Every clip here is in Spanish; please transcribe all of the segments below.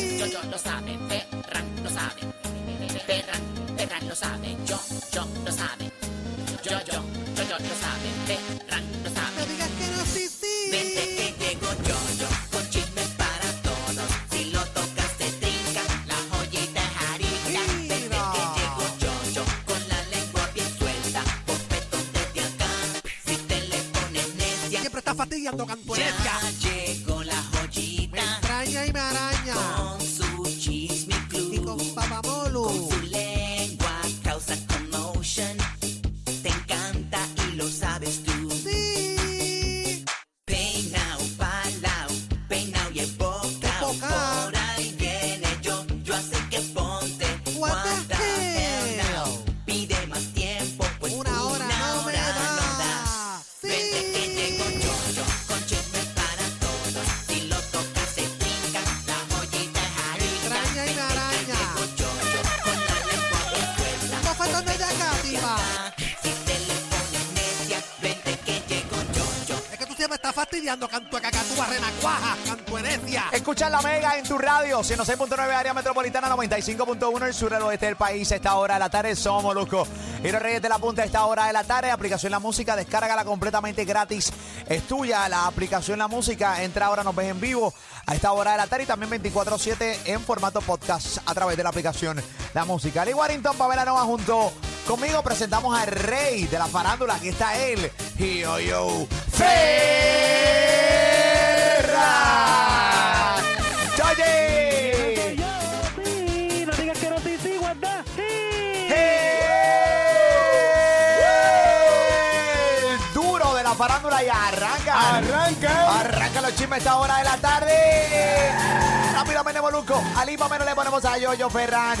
yo lo sabe, Ferran lo sabe, Ferran, Ferran lo sabe, yo, yo lo sabe, yo, yo, yo, yo lo sabe, Ferran lo sabe. No digas que no, sí, sí. Vente que llego yo, yo, con chismes para todos. Si lo tocas te trinca, la joyita es harina. Vente Mira. que llego yo, yo, con la lengua bien suelta. Bofetón desde acá, si te le pones necia. Siempre está fastidiando cantuecia. Ya llegó la Me joyita extraña y me araña. con su chisme Y con club. papamolu. Con su lengua causa commotion. Te encanta y lo sabes tú. Sí. Peinao, palao, peinao y embocao. Embocao. Por ahí viene yo, yo así que ponte. What the guanta, hell? now. Pide más tiempo, pues Una hora no me no da. da. Sí. Vente que llego yo, yo, con chisme para todos. Si lo tocas se trinca, la joyita es harina. Extraña y me Vente que araña. llego yo, yo, con la lengua bien suelta. No faltan de Yacativa. Si te le pones necia, vente que llego yo, yo. Es que tú siempre estás fastidiando canto a cacatúa, renacuaja, cantuenecia. Escucha la Mega en tu radio, 106.9 área metropolitana, 95.1 el sur del oeste del país. A esta hora de la tarde somos Molusco. Y los Reyes de la Punta a esta hora de la tarde. Aplicación La Música, descárgala completamente gratis. Es tuya la aplicación La Música. Entra ahora, nos ves en vivo a esta hora de la tarde y también 24-7 en formato podcast a través de la aplicación La Música. Lee Warrington, Pamela Nova junto conmigo presentamos al rey de la farándula. Aquí está él, Yo Yo Ferran. ¡Chaye! Sí, no digas que no sí, sí, guarda. Sí. El duro de la farándula y arranca. Arranca. Arranca los chismes a esta hora de la tarde. Rápidamente, Molusco. Al IPA menos le ponemos a Yoyo Ferran.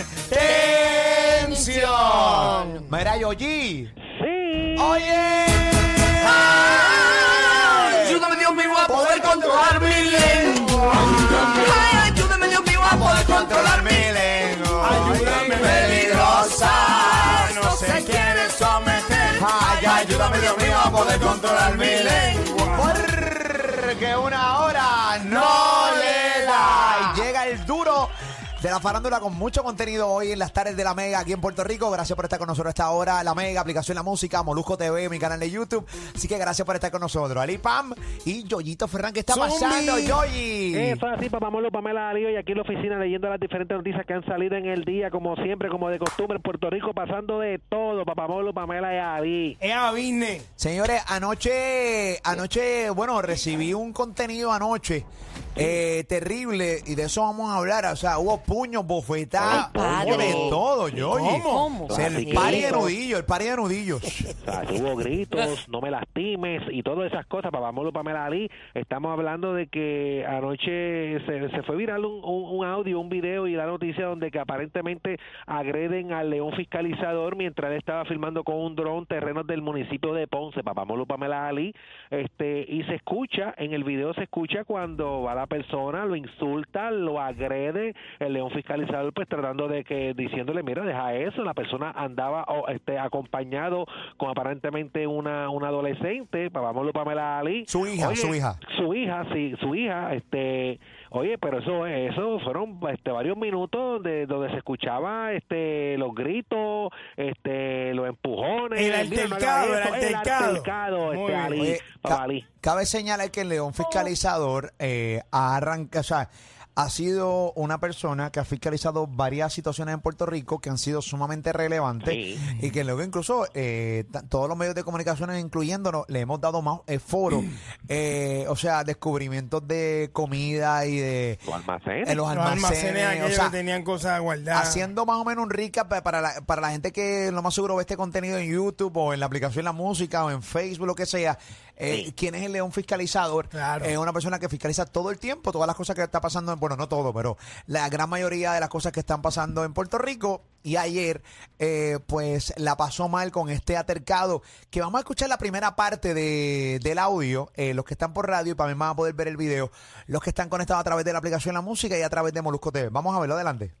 ¡Tensión! Mira, Yoyi. Sí. ¡Oye! Ayúdame, Dios mío, a poder controlar mi lengua. Ay, ayúdame, Dios mío, a poder controlar mi lengua. Ayúdame, peligrosa. No se quiere someter. Ay, ayúdame, Dios mío, a poder controlar mi lengua. Porque una hora no le da. Y Llega el duro. De la farándula con mucho contenido hoy en las tardes de la Mega aquí en Puerto Rico. Gracias por estar con nosotros a esta hora. La Mega, aplicación La Música, Molusco TV, mi canal de YouTube. Así que gracias por estar con nosotros. Ali Pam y Yoyito Ferran. ¿Qué está Zumbi. pasando, Yoyi? Eso es así, papamolo, Eh, Pamela Darío y aquí en la oficina leyendo las diferentes noticias que han salido en el día, como siempre, como de costumbre, en Puerto Rico, pasando de todo, papamolo, Pamela y Ali. Ea, Eh, ah, vine. Señores, anoche, anoche, bueno, recibí un contenido anoche eh, terrible y de eso vamos a hablar. O sea, hubo puños, bofetadas, Ay, hubo padre. de todo, yo. ¿Cómo? O sea, el Así pari que- de nudillos, el pari de nudillos. O sea, que hubo gritos, no me lastimes y todas esas cosas, papamolo, Pamela Ali. Estamos hablando de que anoche se, se fue viral un, un- un audio, un video y la noticia donde que aparentemente agreden al león fiscalizador mientras él estaba filmando con un dron terrenos del municipio de Ponce, papamolo, Pamela Ali. este y se escucha en el video se escucha cuando va la persona lo insulta lo agrede el león fiscalizador pues tratando de que diciéndole mira deja eso la persona andaba o, este acompañado con aparentemente una una adolescente pavámoslo Pamela Ali Su hija, su hija. su hija sí su hija este oye pero eso eso fueron este varios minutos donde donde se escuchaba este los gritos este los empujones El Mira, no hagas altercado, el eso, altercado. altercado, Muy este, bien. Ali, Oye, papá Eh, ca- Ali. cabe señalar que el león fiscalizador eh, ha arranca- o sea, ha sido una persona que ha fiscalizado varias situaciones en Puerto Rico que han sido sumamente relevantes Sí. y que luego incluso eh, ta- todos los medios de comunicaciones, incluyéndonos, le hemos dado más eh, foro, eh, o sea, descubrimientos de comida y de Los almacenes. eh, los Los almacenes, almacenes o aquellos sea, que tenían cosas guardadas. haciendo más o menos un recap pa- para la, para la gente que lo más seguro ve este contenido en YouTube o en la aplicación La Música o en Facebook, lo que sea. Eh, ¿Quién es el león fiscalizador? Claro. Es una persona que fiscaliza todo el tiempo, todas las cosas que está pasando, en, bueno, no todo, pero la gran mayoría de las cosas que están pasando en Puerto Rico. Y ayer, eh, pues la pasó mal con este atercado, que vamos a escuchar la primera parte de, del audio, eh, los que están por radio y para mí van a poder ver el video, los que están conectados a través de la aplicación La Música y a través de Molusco TV. Vamos a verlo adelante.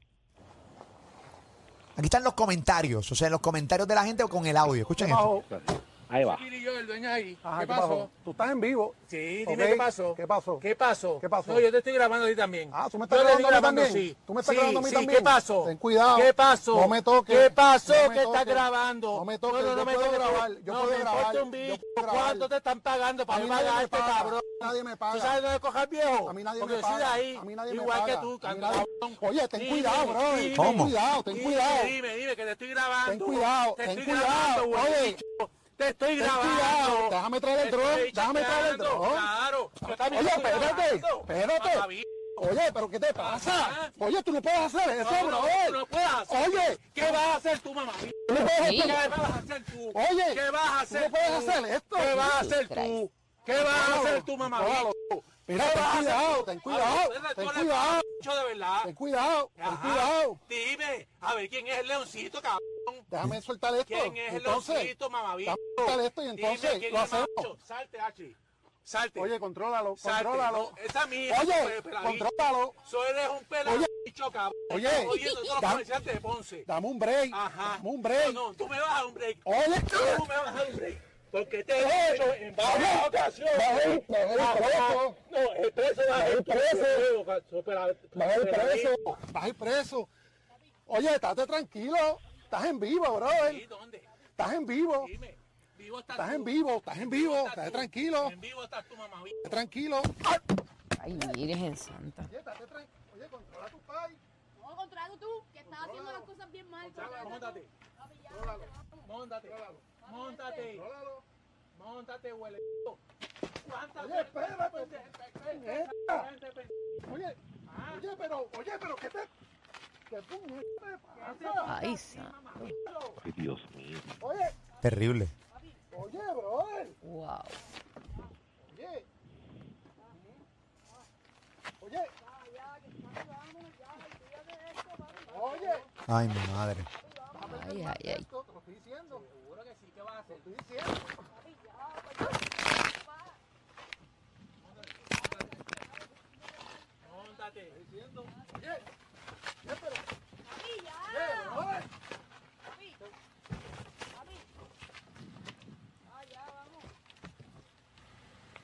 Aquí están los comentarios, o sea, los comentarios de la gente con el audio. Escuchen eso. Bajo. Ahí va. Billy Joel, el dueño ahí. Ajá, ¿Qué pasó? Tú estás en vivo. Sí, dime Ok, qué pasó. ¿Qué pasó? ¿Qué pasó? ¿Qué pasó? No, yo te estoy grabando a ti también. Ah, ¿tú me estás Yo te estoy grabando a mí también? sí. ¿Tú me estás Sí, grabando a mí sí, también? ¿Qué pasó? Ten cuidado. ¿Qué pasó? No me toques. ¿Qué pasó No me que estás toques. grabando? No me toques, No, no, no yo me puedo toques. grabar, yo no, puedo me grabar, importa un yo bicho. puedo grabar. ¿Cuánto te están pagando A para mí no nadie pagarte, me paga, cabrón? nadie me paga. ¿Tú sabes dónde cojas viejo? A mí nadie Porque me yo soy de paga. ahí, a mí nadie igual me que paga. tú, A cabrón. mí nadie- Oye, ten Dime, cuidado, bro. dime, ¿Cómo? Ten cuidado, ten dime, cuidado. Dime, dime, que te estoy grabando. Ten cuidado, te ten estoy cuidado, grabando, güey, oye. bicho. Te estoy Ten cuidado. grabando. Déjame traer el Te estoy dron. Déjame traer el chateando, dron. Claro. Yo también Oye, te estoy espérate, grabando. espérate. Mamabicho. Oye, pero ¿qué te pasa? Ajá. Oye, tú no puedes hacer eso, Ah, No, no, bro. tú no puedes hacer. Oye, ¿Qué vas a hacer tú, mamá? tú no puedes ¿Qué hacer vas a hacer tú? Oye, ¿qué vas a tú no hacer? puedes tú? hacer esto. ¿Qué vas a hacer Christ. tú? ¿Qué vas a Claro, hacer tú, mamá? claro. Mira, ¿Qué ten vas a hacer cuidado, tú? ten A cuidado, ver, tú ten eres cuidado. bicho de verdad. Ten cuidado, ten Ajá. cuidado. Dime, a ver quién es el leoncito, cabrón. Déjame soltar esto. ¿Quién es el entonces, leoncito, mamabicho? déjame soltar esto y Dime, entonces ¿quién lo es el hacemos. macho? Salte, Hachi. Salte. Oye, contrólalo, Salte. contrólalo. No, esa pues, mía. Oye, contrólalo. Eso eres un pelado, Oye. bicho, cabrón. Oye. Oye, nosotros los Dam- comerciantes de Ponce. Dame un break, Ajá. dame un break. Oh. No, no, tú me vas a dar un break. Oye, Tú me vas a dar un break. Porque te he hecho en varias ocasiones. Bajé, bajé el Ajá. preso. No, el preso va a Bajé el ir preso. vas a ir preso, preso. vas a ir preso. Oye, estate tranquilo, estás en vivo, bro. ¿Y dónde? Estás en vivo, Dime. Vivo estás estás tú. en vivo, estás en vivo, estás tú. tranquilo, En vivo estás tú, mamá. estás tranquilo. Ay, Virgen Santa. Oye, estate tranquilo. Oye, controla tu país. No, contrario tú, que estás haciendo las cosas bien mal. controla tú. Móntate. Móntate. Móntate. Móntate, huele. Oye, espérate. Oye, oye, pero, oye, pero, ¿qué te... ¿Qué tú, qué te pasa? Ay, sa- Ay, Dios mío. Oye, Terrible. oye, brother. wow. Oye. Oye. Oye. Ay, mi madre. Ay, ay, ay. Esto te lo estoy diciendo. Seguro que sí que vas a hacer. Te lo estoy diciendo. Móntate. Oye. Oye, pero. Oye, brother.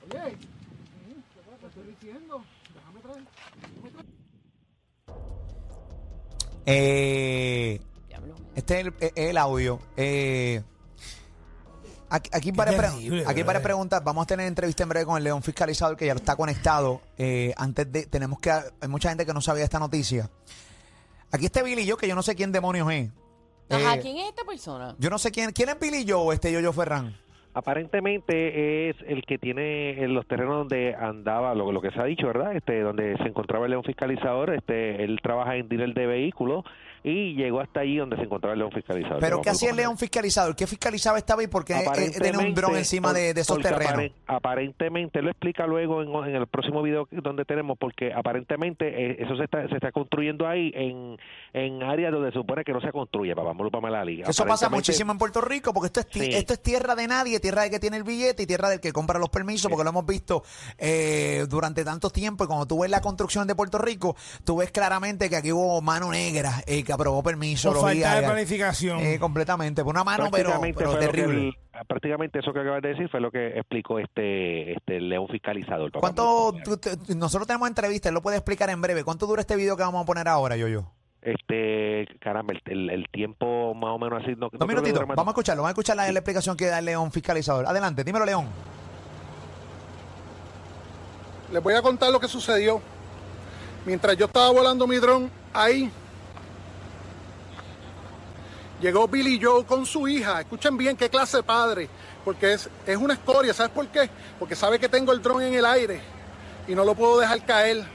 Oye. Te lo estoy diciendo. Déjame traer. Eh, Diablo. este es el, eh, el audio. Eh, aquí, aquí varias pre- terrible, aquí varias brother. preguntas. Vamos a tener entrevista en breve con el León Fiscalizador que ya está conectado. Eh, antes de, tenemos que. Hay mucha gente que no sabía esta noticia. Aquí está Billy yo, que yo no sé quién demonios es. Ajá, Eh, ¿quién es esta persona? Yo no sé quién. ¿Quién es Billy Joe, este Yoyo Ferran? Aparentemente es el que tiene en los terrenos donde andaba, lo, lo que se ha dicho, ¿verdad? Este, donde se encontraba el león fiscalizador, este, él trabaja en dealer de vehículos y llegó hasta allí donde se encontraba el león fiscalizador. ¿Pero Vamos qué por hacía el comer. León Fiscalizador? ¿Qué fiscalizaba esta vez? Porque eh, tiene un dron Aparentemente, encima de, de esos porque terrenos. aparen- aparentemente, lo explica luego en, en el próximo video que- donde tenemos, porque aparentemente eh, eso se está, se está construyendo ahí en, en áreas donde se supone que no se construye, papá, vamos para la liga. Eso pasa Aparentemente- muchísimo en Puerto Rico porque esto es, ti- Sí. esto es tierra de nadie, tierra del que tiene el billete y tierra del que compra los permisos, porque lo hemos visto eh, durante tanto tiempo. Y cuando tú ves la construcción de Puerto Rico, tú ves claramente que aquí hubo mano negra eh, que aprobó permisos. Por los falta de guías, planificación. eh, completamente. Fue Una mano, pero, Prácticamente pero fue lo que terrible. el- ah, prácticamente eso que acabas de decir fue lo que explicó este, este León Fiscalizador. papá. ¿Cuánto, tú- tú- nosotros tenemos entrevistas, él lo puede explicar en breve. ¿Cuánto dura este video que vamos a poner ahora, Yoyo? Este, caramba, el, el- el tiempo más o menos así. No, Dos no creo que minutitos, dure más- vamos a escucharlo, vamos a escuchar la, la explicación que da el León Fiscalizador. Adelante, dímelo, León. Les voy a contar lo que sucedió. Mientras yo estaba volando mi dron, ahí llegó Billy Joe con su hija. Escuchen bien qué clase de padre, porque es, es una escoria. ¿Sabes por qué? Porque sabe que tengo el dron en el aire y no lo puedo dejar caer.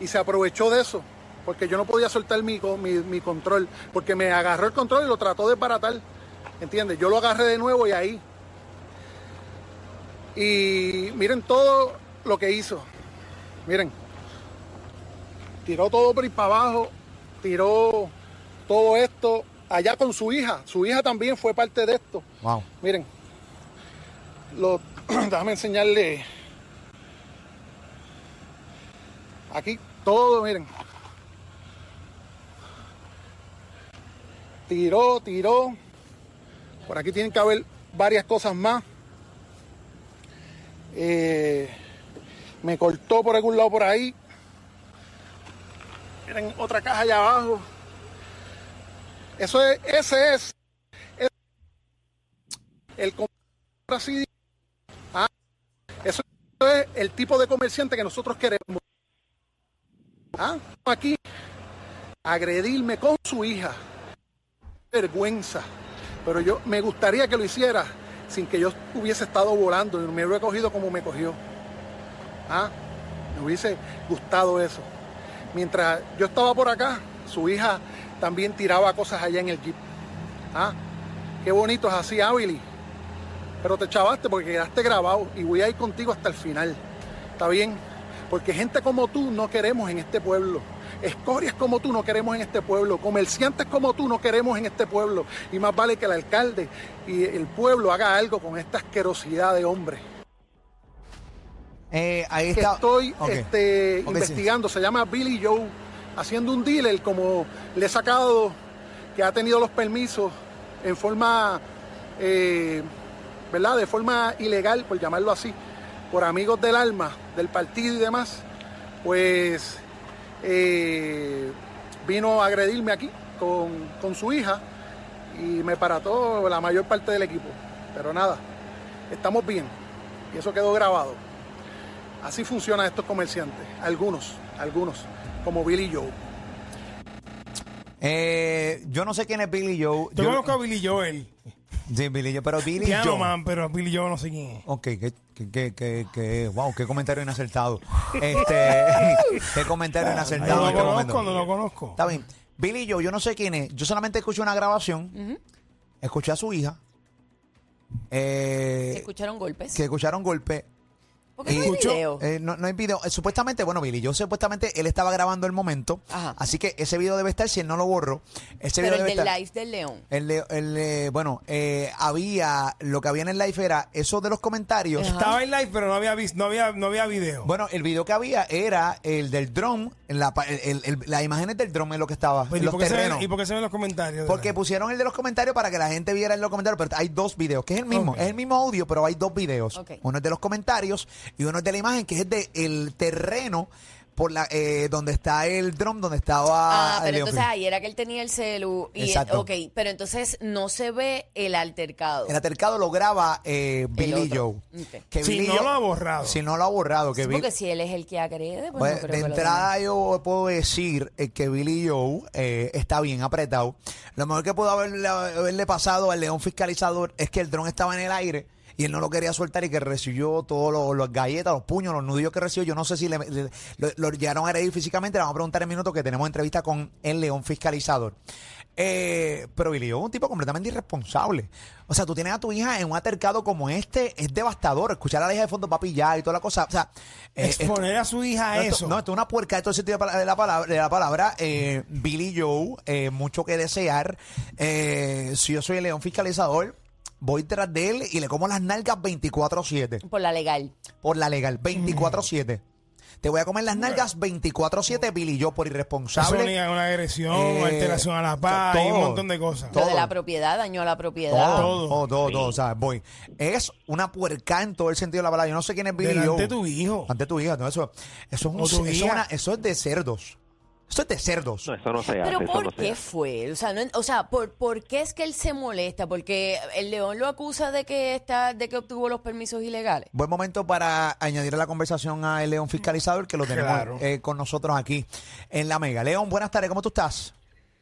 Y se aprovechó de eso, porque yo no podía soltar mi, co- mi, mi control, porque me agarró el control y lo trató de desbaratar. ¿Entiendes? Yo lo agarré de nuevo y ahí. Y miren todo lo que hizo. Miren, tiró todo por ahí para abajo, tiró todo esto allá con su hija. Su hija también fue parte de esto. Wow. Miren, lo, déjame enseñarle aquí todo, miren. Tiró, tiró. Por aquí tienen que haber varias cosas más. Eh, me cortó por algún lado por ahí. Miren, otra caja allá abajo. Eso es, ese es, es el com- así. Ah, eso es el tipo de comerciante que nosotros queremos. Ah, aquí agredirme con su hija. Vergüenza. Pero yo me gustaría que lo hiciera sin que yo hubiese estado volando y me hubiera cogido como me cogió. Ah, me hubiese gustado eso. Mientras yo estaba por acá, su hija también tiraba cosas allá en el jeep. Ah, qué bonito es así, Ávili. Pero te chavaste porque quedaste grabado y voy a ir contigo hasta el final. ¿Está bien? Porque gente como tú no queremos en este pueblo. Escorias como tú no queremos en este pueblo. Comerciantes como tú no queremos en este pueblo. Y más vale que el alcalde y el pueblo haga algo con esta asquerosidad de hombre. Eh, ahí Que está. estoy Ok. este, Ok, sí. investigando, se llama Billy Joe, haciendo un dealer como le he sacado, que ha tenido los permisos en forma, eh, ¿verdad? De forma ilegal, por llamarlo así, por amigos del alma, del partido y demás, pues eh, vino a agredirme aquí con, con su hija y me parató la mayor parte del equipo. Pero nada, estamos bien y eso quedó grabado. Así funcionan estos comerciantes, algunos, algunos, como Billy Joe. Eh, yo no sé quién es Billy Joe. Yo Yo- conozco a Billy Joel. Sí, Billy Joe, pero Billy Ya no, Joe. man, pero Billy Joe no sé quién es. Ok, que, que, que, que, que- wow, qué comentario inacertado. Este, qué comentario No inacertado. en lo este conozco, no momento. lo conozco. Está bien. Billy Joe, yo no sé quién es. Yo solamente escuché una grabación. Escuché a su hija. eh, ¿Escucharon golpes? que escucharon golpe. ¿Por qué no hay Escucho- video? eh, no, no hay video. Eh, supuestamente, bueno, Billy Joe, supuestamente él estaba grabando el momento. Ajá. Así que ese video debe estar, si él no lo borro, ese video Pero el debe del estar. live del león. El de- el de- bueno, eh, había, lo que había en el live era eso de los comentarios. Ajá. Estaba en live, pero no había, vis- no había, no había video. Bueno, el video que había era el del drone, la, pa- el- el- las imágenes del drone es lo que estaba, Pues, en ¿y, los por qué se ven, terrenos. ¿Y por qué se ven los comentarios? Porque pusieron el de los comentarios para que la gente viera en los comentarios, pero hay dos videos, que es el mismo, Ok. es el mismo audio, pero hay dos videos. Ok. Uno es de los comentarios y uno es de la imagen, que es de el terreno por la eh, donde está el drone, donde estaba Ah, pero Leon entonces Fritz. ahí era que él tenía el celu. Y Exacto. ok, pero entonces no se ve el altercado. el altercado lo graba eh, Billy Joe. otro. Ok. Que Si Billy no Joe- lo ha borrado. Si no lo ha borrado, que Sí, Bill- porque si él es el que agrede, pues, Pues, no creo de que lo entrada yo puedo decir eh, que Billy Joe eh, está bien apretado. Lo mejor que pudo haberle, haberle pasado al león fiscalizador es que el dron estaba en el aire y él no lo quería soltar y que recibió todos los, los galletas, los puños, los nudillos que recibió. Yo no sé si le, le- lo, lo llegaron a agredir físicamente. Le vamos a preguntar en minutos que tenemos entrevista con el león fiscalizador. Eh, pero Billy Joe es un tipo completamente irresponsable. O sea, tú tienes a tu hija en un atercado como este, es devastador. Escuchar a la hija de fondo papi ya y toda la cosa. O sea, eh, es- Exponer a su hija no, a esto, eso. no, esto es una puerca de todo sentido de la pala- de la palabra. De la palabra eh, Billy Joe, eh, mucho que desear. Eh, si yo soy el león fiscalizador, voy tras de él y le como las nalgas 24-7. demás. Por la legal. Por la legal, 24-7. Te voy a comer las nalgas 24-7, Billy Joe, por Eso irresponsable. es una, una agresión, Eh, alteración a la paz, todo. y un montón de cosas. Todo. Lo de la propiedad, daño a la propiedad. Todo, Todo. todo, todo, todo, o sea, voy. Es una puerca en todo el sentido de la palabra. Yo no sé quién es Billy Delante Joe. de tu hijo. Ante tu hija, no, eso, eso, es un- O tu eso es hija. una- eso es de cerdos. Eso es de cerdos. No, eso no se hace. Pero eso no ¿por se qué hace. fue? O sea, no- o sea ¿por, ¿por qué es que él se molesta? Porque el león lo acusa de que está, de que obtuvo los permisos ilegales. Buen momento para añadir a la conversación a León Fiscalizador, que lo tenemos Claro. eh, con nosotros aquí en La Mega. León, buenas tardes, ¿cómo tú estás?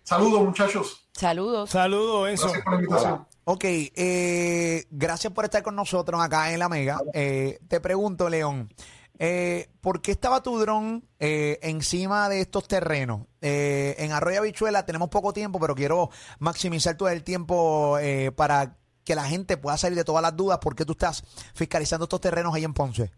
Saludos muchachos, Saludos. Saludos, eso. gracias por la invitación. Ok, eh, gracias por estar con nosotros acá en La Mega. Eh, te pregunto, León, eh, ¿por qué estaba tu dron eh, encima de estos terrenos? Eh, en Arroyo Bichuela tenemos poco tiempo, pero quiero maximizar todo el tiempo eh, para que la gente pueda salir de todas las dudas. ¿Por qué tú estás fiscalizando estos terrenos ahí en Ponce?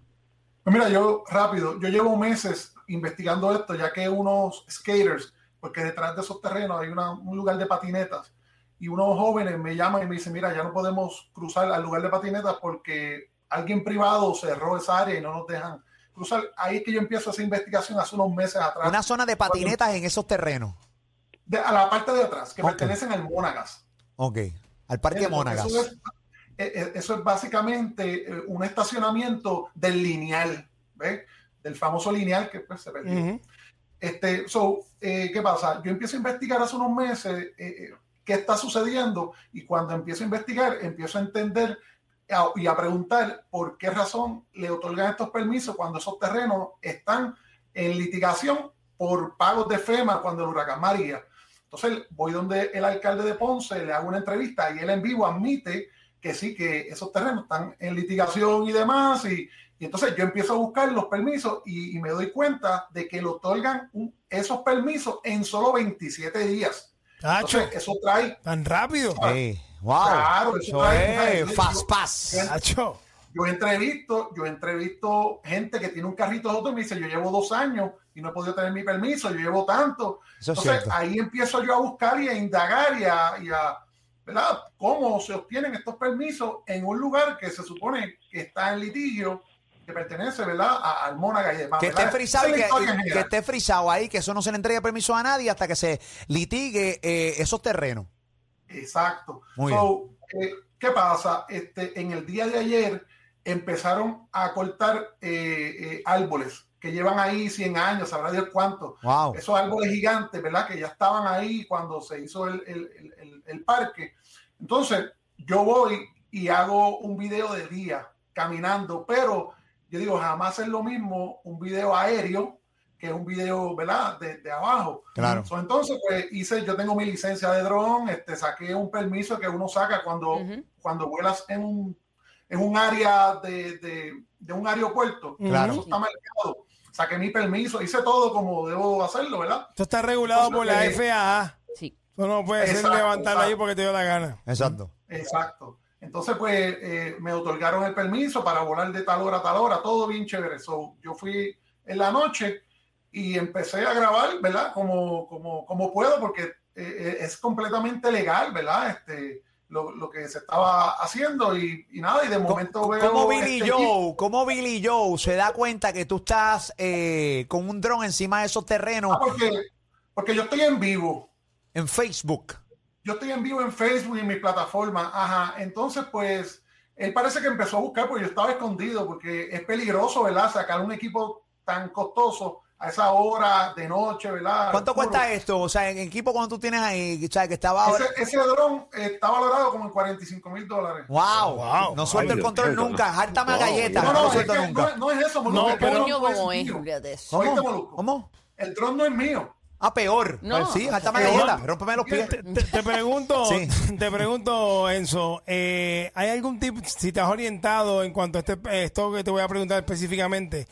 Pues mira, yo rápido, yo llevo meses investigando esto, ya que unos skaters, porque detrás de esos terrenos hay una- un lugar de patinetas, y unos jóvenes me llaman y me dicen, mira, ya no podemos cruzar al lugar de patinetas porque alguien privado cerró esa área y no nos dejan cruzar. Ahí es que yo empiezo esa investigación hace unos meses atrás, Una zona de patinetas en esos terrenos. de- a la parte de atrás, que Ok. pertenecen al Monagas. Ok. Al Parque Entonces, Monagas. Eso es, eh, eh, eso es básicamente eh, un estacionamiento del lineal, ¿ves? Del famoso lineal que pues, se perdió. Ujú. Este, so, eh, ¿qué pasa? Yo empiezo a investigar hace unos meses eh, eh, qué está sucediendo y cuando empiezo a investigar, empiezo a entender a- y a preguntar por qué razón le otorgan estos permisos cuando esos terrenos están en litigación por pagos de FEMA cuando el huracán María. Entonces voy donde el alcalde de Ponce, le hago una entrevista y él en vivo admite que sí, que esos terrenos están en litigación y demás y, y entonces yo empiezo a buscar los permisos y, y me doy cuenta de que le otorgan un- esos permisos en solo 27 días. Tacho, Entonces, eso trae, tan rápido. Sí. Wow. Claro, eso eso trae- es fast pass. Tacho. yo entrevisto, yo entrevisto gente que tiene un carrito de otro y me dice, yo llevo dos años y no he podido tener mi permiso, yo llevo tanto. Eso es Entonces cierto. ahí empiezo yo a buscar y a indagar y a, y a- ¿verdad? ¿Cómo se obtienen estos permisos en un lugar que se supone que está en litigio, que pertenece, ¿verdad? A, al Mónaga y demás. Que esté ¿verdad? frisado, y Esa es que, la historia en y- que general. esté frisado ahí, que eso no se le entregue permiso a nadie hasta que se litigue eh, esos terrenos. Exacto. Muy So, eh, ¿Qué pasa? Este, en el día de ayer empezaron a cortar eh, eh, árboles que llevan ahí 100 años, sabrá Dios cuánto. Wow. Esos árboles gigantes, ¿verdad? Que ya estaban ahí cuando se hizo el, el- el- el- el parque. Entonces, yo voy y hago un video de día caminando, pero yo digo, jamás es lo mismo un video aéreo que un video, ¿verdad? De, de abajo. Claro. So, entonces, pues hice, yo tengo mi licencia de dron, este, saqué un permiso que uno saca cuando, Ujú. cuando vuelas en un, en un área de, de- de un aeropuerto. Claro. Eso está marcado. Saqué mi permiso, hice todo como debo hacerlo, ¿verdad? Esto está regulado por la Eh, FAA. Sí. Tú no puedes hacer Exacto, levantarla ahí exacto. porque te dio la gana. Exacto. Exacto. Entonces, pues eh, me otorgaron el permiso para volar de tal hora a tal hora, todo bien chévere. So, yo fui en la noche y empecé a grabar, ¿verdad? Como, como, como puedo, porque eh, eh, es completamente legal, ¿verdad? Este, lo, lo que se estaba haciendo y, y nada, y de momento ¿Cómo, veo. cómo Billy este equipo. Joe, cómo Billy Joe se da cuenta que tú estás eh, con un dron encima de esos terrenos Ah, porque, porque yo estoy en vivo. en Facebook? yo estoy en vivo en Facebook y en mi plataforma. Ajá. Entonces, pues, él parece que empezó a buscar porque yo estaba escondido, porque es peligroso, ¿verdad? Sacar un equipo tan costoso a esa hora de noche, ¿verdad? ¿Cuánto Oscuro. cuesta esto? O sea, en equipo cuando tú tienes ahí, o sea, que estaba ahora. Ese, ese dron eh, está valorado como en 45 mil dólares. Wow, Wow. no suelto Ay, el Dios control mío, nunca, hártame a No, galletas, no, no, lo es suelto que nunca. no, no es eso, Molusco, No, es que el pero- dron Coño, no es ¿cómo es? mío. Fíjate eso. Oíste, ¿Cómo? Molusco, ¿Cómo? El dron no es mío. Ah, peor. No. Pues sí, hártame a Peor. galletas, rómpeme los pies. Te, te- te pregunto, Sí. te pregunto, Enzo, eh, ¿hay algún tip, si te has orientado en cuanto a este, esto que te voy a preguntar específicamente?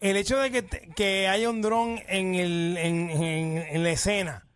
El hecho de que, te- que haya un dron en, el, en, en- en la escena,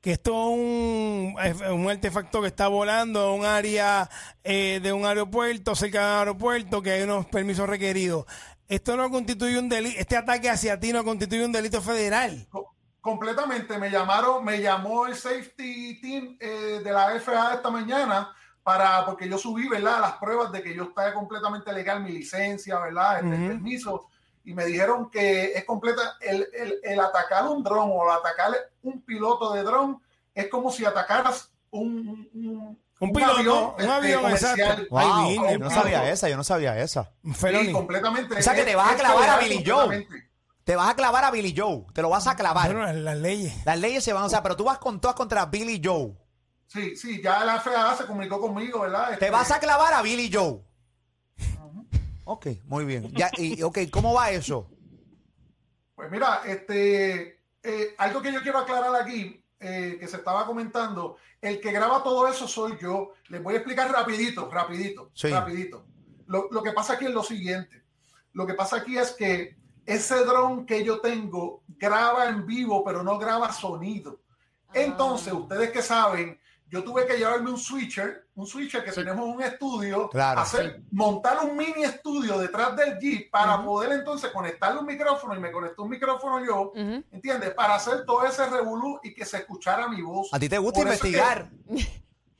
que esto es un, un artefacto que está volando en un área eh, de un aeropuerto, cerca de un aeropuerto, que hay unos permisos requeridos. Esto no constituye un delito, este ataque hacia ti no constituye un delito federal. Co- completamente. Me llamaron, me llamó el safety team eh, de la FA esta mañana para, porque yo subí, ¿verdad? Las pruebas de que yo estaba completamente legal, mi licencia, ¿verdad? Este, El permiso. Y me dijeron que es completa, el, el- el atacar un dron o atacar un piloto de dron es como si atacaras un, un, un- Un un piloto, un este, avión, comercial. exacto. Wow, Ay, bien, yo no el sabía piloto. esa, yo no sabía esa. Felony. Sí, completamente. O sea, que Es- te vas a es clavar a legal Billy Joe. completamente. Te vas a clavar a Billy Joe, te lo vas a clavar. Bueno, las, las leyes. Las leyes se van, o sea, pero tú vas con todas contra Billy Joe. Sí, sí, ya la FAA se comunicó conmigo, ¿verdad? Te Este, vas a clavar a Billy Joe. Ok, muy bien. Ya, y, ok, ¿cómo va eso? Pues mira, este, eh, algo que yo quiero aclarar aquí, eh, que se estaba comentando, el que graba todo eso soy yo. Les voy a explicar rapidito, rapidito, Sí. rapidito. Lo, lo que pasa aquí es lo siguiente. Lo que pasa aquí es que ese dron que yo tengo graba en vivo, pero no graba sonido. Entonces, ustedes que saben, yo tuve que llevarme un switcher, un switcher que tenemos en un estudio, Claro. hacer, montar un mini estudio detrás del Jeep para poder entonces conectarle un micrófono y me conectó un micrófono yo, Ujú. ¿entiendes? Para hacer todo ese revolú y que se escuchara mi voz. A ti te gusta Por eso es que- investigar.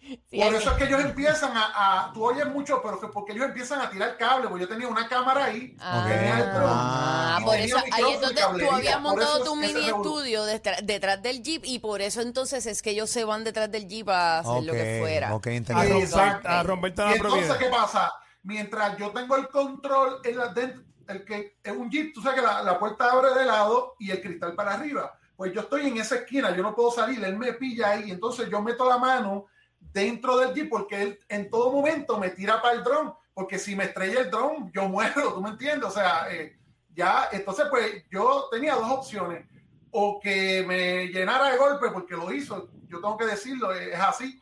Sí, Por hay- eso es que ellos empiezan a, a- tú oyes mucho, pero que- porque ellos empiezan a tirar cable, porque yo tenía una cámara ahí. Ah, tenía el dron, ah, y por tenía eso ahí micrófono y es donde tú cablería, habías por montado eso tu es que se mini revolú- estudio detrás, detrás del Jeep y por eso entonces es que ellos se van detrás del Jeep a hacer lo Ok, que fuera. ok, A entendido. romper, Exacto. a romper toda Y la propiedad. entonces, ¿qué pasa? Mientras yo tengo el control, en la- dentro- el que es un jeep, tú sabes que la, la puerta abre de lado y el cristal para arriba. Pues yo estoy en esa esquina, yo no puedo salir, él me pilla ahí, entonces yo meto la mano dentro del jeep porque él en todo momento me tira para el dron, porque si me estrella el dron, yo muero, ¿tú me entiendes? O sea, eh, ya, entonces pues yo tenía dos opciones, o que me llenara de golpe porque lo hizo, yo tengo que decirlo, eh, es así,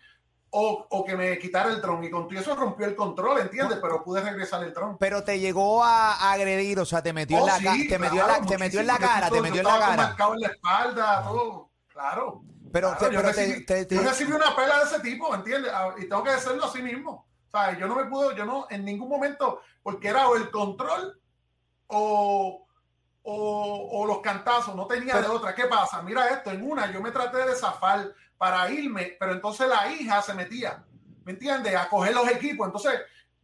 o, o que me quitara el dron y con todo eso rompió el control, ¿entiendes? Pero pude regresar el dron. Pero te llegó a agredir, o sea, te metió en Oh, la sí, cara, te metió en claro, la, te metió en la muchísimo. cara, Yo te metió en la estaba cara. marcado en la espalda, todo. Claro. Pero Claro, te- yo, pero te- recibí, te- te- yo recibí una pela de ese tipo, ¿entiendes? Ah, Y tengo que decirlo así mismo. O sea, yo no me pude, yo no, en ningún momento, porque era o el control o, o, o los cantazos, no tenía de otra. ¿Qué pasa? Mira esto, en una yo me traté de zafar para irme, pero entonces la hija se metía, ¿me entiendes? A coger los equipos. Entonces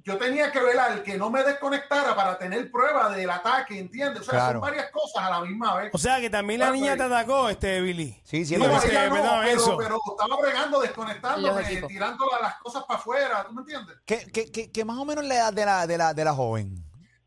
yo tenía que velar que no me desconectara para tener prueba del ataque, ¿entiendes? O sea, Claro. son varias cosas a la misma vez. O sea que también la Ah, niña te pero- atacó, este Billy. Sí, sí, Digo, pero- No, este, ella no, ¿verdad? pero, Eso. pero estaba bregando, Los desconectándome, equipos. tirando la- las cosas para afuera, ¿tú me entiendes? ¿Qué, qué- qué- qué más o menos la edad de la, de la, de la joven?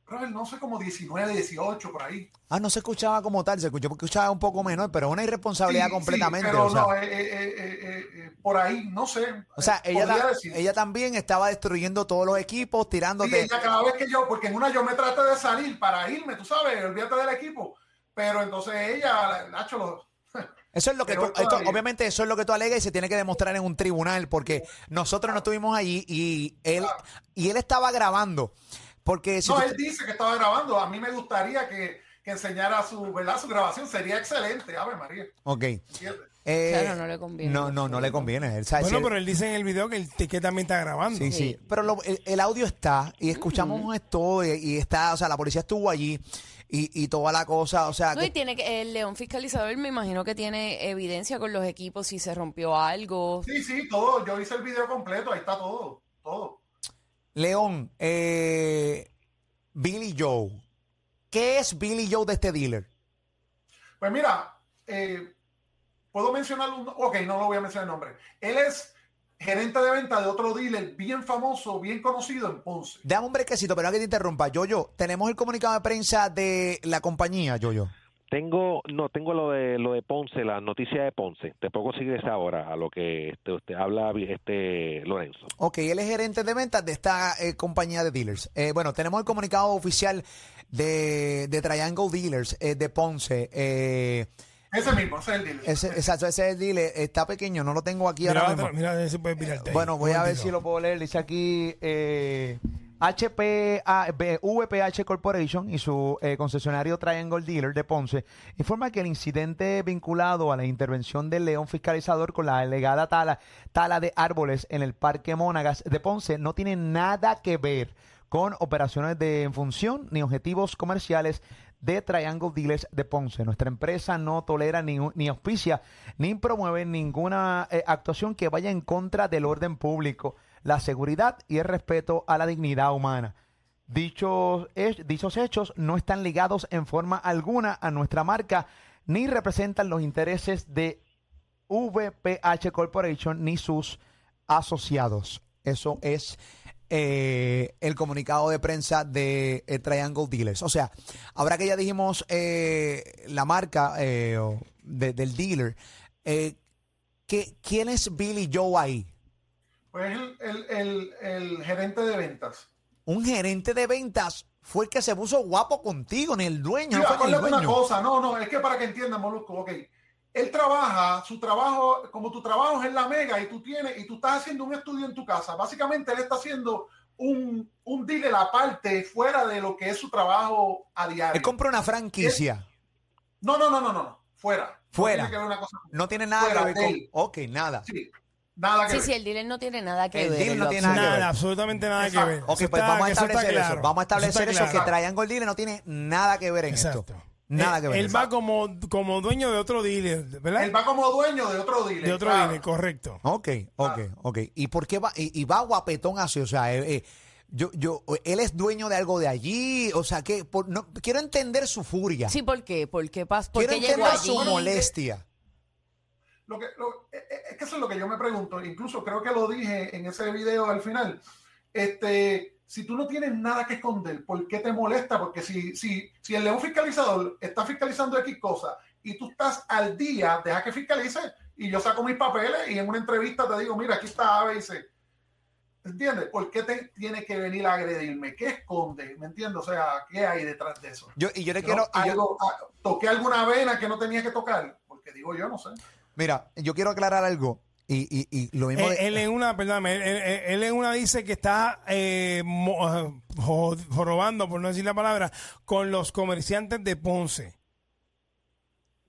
Pero no sé, como 19, 18, por ahí. Ah, no se escuchaba como tal, se escuchó porque escuchaba un poco menor, pero una irresponsabilidad Sí, sí, completamente. pero o sea, no, eh, eh, eh, eh, eh, eh, por ahí, no sé. o sea, eh, ella, podría ta- decir. ella también estaba destruyendo todos los equipos, Sí, tirándote. ella cada vez que yo, porque en una yo me traté de salir para irme, tú sabes, olvídate del equipo. Pero entonces ella, Nacho, lo- Eso es lo que Pero tú- esto- todavía. obviamente eso es lo que tú alegas y se tiene que demostrar en un tribunal porque nosotros no estuvimos allí y él y él estaba grabando porque si Ah. no, tú- él dice que estaba grabando. A mí me gustaría que, que enseñara su, ¿verdad? su grabación, sería excelente, Ave María. ok ¿entiendes? Eh, Claro, no le conviene. no no no le conviene él sabe, si Bueno, él- pero él dice en el video que el ticket también está grabando. Sí, sí. Pero lo- el, el audio está y escuchamos esto y, y está, o sea, la policía estuvo allí y, y toda la cosa, o sea, No, y que- tiene que, el león fiscalizador me imagino que tiene evidencia con los equipos si se rompió algo. Sí, sí, todo. Yo hice el video completo, ahí está todo, todo. León, eh, Billy Joe, ¿qué es Billy Joe de este dealer? Pues mira, eh, puedo mencionar un. Ok, no lo voy a mencionar el nombre. Él es gerente de venta de otro dealer bien famoso, bien conocido en Ponce. Dame un brequecito, pero no que te interrumpa. Yoyo, tenemos el comunicado de prensa de la compañía, Yoyo. Tengo, no, tengo lo de lo de Ponce, la noticia de Ponce. Te puedo conseguir esa hora a lo que este, usted habla este Lorenzo. Ok, él es gerente de ventas de esta eh, compañía de dealers. Eh, bueno, tenemos el comunicado oficial de, de Triangle Dealers eh, de Ponce. Eh, Ese mismo, ese es el dealer. Ese, exacto, ese es el dile, está pequeño, no lo tengo aquí Mira, ahora atrás, mismo. mira, a ver si puedes mirarte ahí. Bueno, voy a ver si Momentito. lo puedo leer. Dice aquí eh, HPA B- VPH Corporation y su eh, concesionario Triangle Dealer de Ponce informa que el incidente vinculado a la intervención del león fiscalizador con la alegada tala, tala de árboles en el Parque Mónagas de Ponce no tiene nada que ver con operaciones de en función ni objetivos comerciales de Triangle Dealers de Ponce. Nuestra empresa no tolera ni, ni auspicia ni promueve ninguna eh, actuación que vaya en contra del orden público, la seguridad y el respeto a la dignidad humana. Dichos, he- dichos hechos no están ligados en forma alguna a nuestra marca ni representan los intereses de VPH Corporation ni sus asociados. Eso es eh, el comunicado de prensa de eh, Triangle Dealers. O sea, ahora que ya dijimos eh, la marca eh, o de- del dealer, eh, ¿qué- ¿quién es Billy Joe ahí? Pues es el, el- el- el gerente de ventas. Un gerente de ventas fue el que se puso guapo contigo, ni el dueño. Sí, no fue ni el acuérdate una dueño. cosa, no, no, es que para que entiendan, Molusco, ok. Él trabaja, su trabajo, como tu trabajo es en la mega y tú tienes, y tú estás haciendo un estudio en tu casa. Básicamente él está haciendo un, un dealer aparte, fuera de lo que es su trabajo a diario. Él compra una franquicia. Eh, No, no, no, no, no, no. Fuera. Fuera. No tiene que ver una cosa. No tiene nada Fuera que ver de con... él. Ok, nada. Sí. Nada que Sí, ver. sí, el dealer no tiene nada que El ver. dealer en no lo tiene nada absoluto. que ver. Nada, absolutamente nada que Exacto. ver. Ok, Eso pues está- vamos a eso está establecer eso. claro. Vamos a establecer está eso, que claro. Triangle Dealer no tiene nada que ver en esto. Exacto. Eh, Nada que ver. Él va como, como dueño de otro dealer, ¿verdad? Él va como dueño de otro dealer. de otro claro. dealer, correcto. Ok, ok, ok. ¿Y por qué va, y, y va guapetón así? O sea, eh, eh, yo, yo, él es dueño de algo de allí. O sea, que por- no, quiero entender su furia. Sí, ¿por qué? ¿Por qué, pas- por quiero qué llegó entender allí? su molestia. Lo que, lo- eh, eh, es que eso es lo que yo me pregunto. Incluso creo que lo dije en ese video al final. Este, si tú no tienes nada que esconder, ¿por qué te molesta? Porque si, si, si el león fiscalizador está fiscalizando X cosa y tú estás al día, deja que fiscalice y yo saco mis papeles y en una entrevista te digo, mira, aquí está A, B y C. ¿Entiendes? ¿Por qué te tiene que venir a agredirme? ¿Qué esconde? ¿Me entiendes? O sea, ¿qué hay detrás de eso? Yo, y yo le ¿No? quiero. y yo- Algo- a- toqué alguna vena que no tenía que tocar, porque digo yo, no sé. mira, yo quiero aclarar algo. Y, y, y lo mismo. de- Él, Eh, él en una, perdóname, él, él- él en una dice que está eh, mo- jo- jorobando, por no decir la palabra, con los comerciantes de Ponce.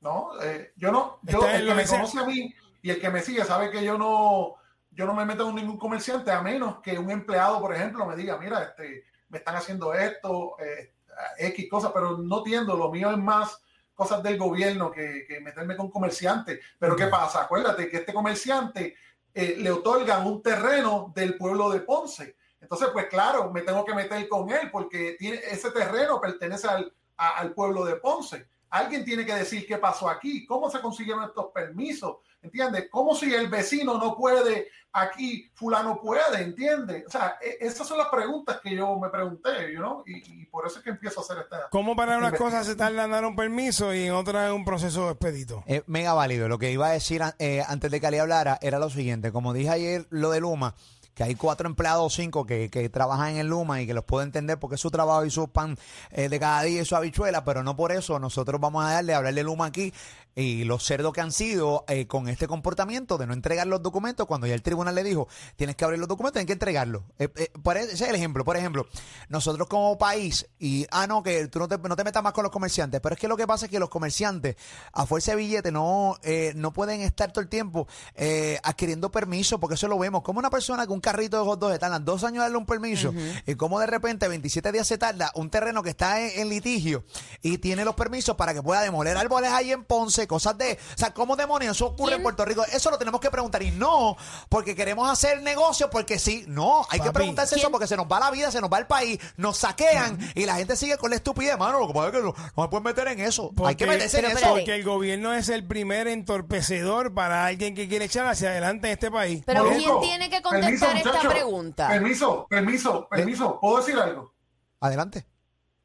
No, eh, yo no, yo, Está en el lo que me que sea. conoce a mí y el que me sigue sabe que yo no, yo no me meto con ningún comerciante, a menos que un empleado, por ejemplo, me diga, mira, este, me están haciendo esto, eh, X cosas, pero no tiendo, lo mío es más cosas del gobierno que, que meterme con comerciantes. Pero ¿qué pasa? Acuérdate que este comerciante eh, le otorgan un terreno del pueblo de Ponce. Entonces, pues claro, me tengo que meter con él porque tiene, ese terreno pertenece al, a- al pueblo de Ponce. Alguien tiene que decir qué pasó aquí, cómo se consiguieron estos permisos, ¿entiendes? Como si el vecino no puede, aquí fulano puede, ¿entiendes? O sea, e- esas son las preguntas que yo me pregunté, you know, y, y por eso es que empiezo a hacer esta... ¿Cómo para unas cosas se tardan en dar un permiso y en otras un proceso expedito? Eh, mega válido. Lo que iba a decir an- eh, antes de que Ali hablara era lo siguiente. Como dije ayer, lo de Luma, que hay cuatro empleados o cinco que, que trabajan en Luma y que los puedo entender porque es su trabajo y su pan eh, de cada día y su habichuela, pero no por eso nosotros vamos a darle a hablarle Luma aquí y los cerdos que han sido eh, con este comportamiento de no entregar los documentos cuando ya el tribunal le dijo tienes que abrir los documentos, tienes que entregarlos. Eh, eh, por ese es el ejemplo. Por ejemplo, nosotros como país, y ah, no, que tú no te, no te metas más con los comerciantes, pero es que lo que pasa es que los comerciantes, a fuerza de billete, no, eh, no pueden estar todo el tiempo eh, adquiriendo permisos, porque eso lo vemos. Como una persona que un carrito de hot dogs se tardan dos años en darle un permiso, y como de repente 27 días se tarda un terreno que está en, en litigio y tiene los permisos para que pueda demoler árboles ahí en Ponce, cosas de. O sea, ¿cómo demonios eso ocurre en ¿Quién? Puerto Rico? Eso lo tenemos que preguntar, y no porque queremos hacer negocio, porque sí, no, hay que Papi. preguntarse eso ¿Quién? porque se nos va la vida, se nos va el país, nos saquean y la gente sigue con la estupidez, mano. Lo que pasa es que no, no se puede meter en eso. hay que meterse en pero eso. espérate. porque el gobierno es el primer entorpecedor para alguien que quiere echar hacia adelante en este país. Pero Molusco, ¿quién tiene que contestar permiso, esta muchacho, pregunta? Eh, Permiso, permiso, permiso. ¿Puedo decir algo? Adelante.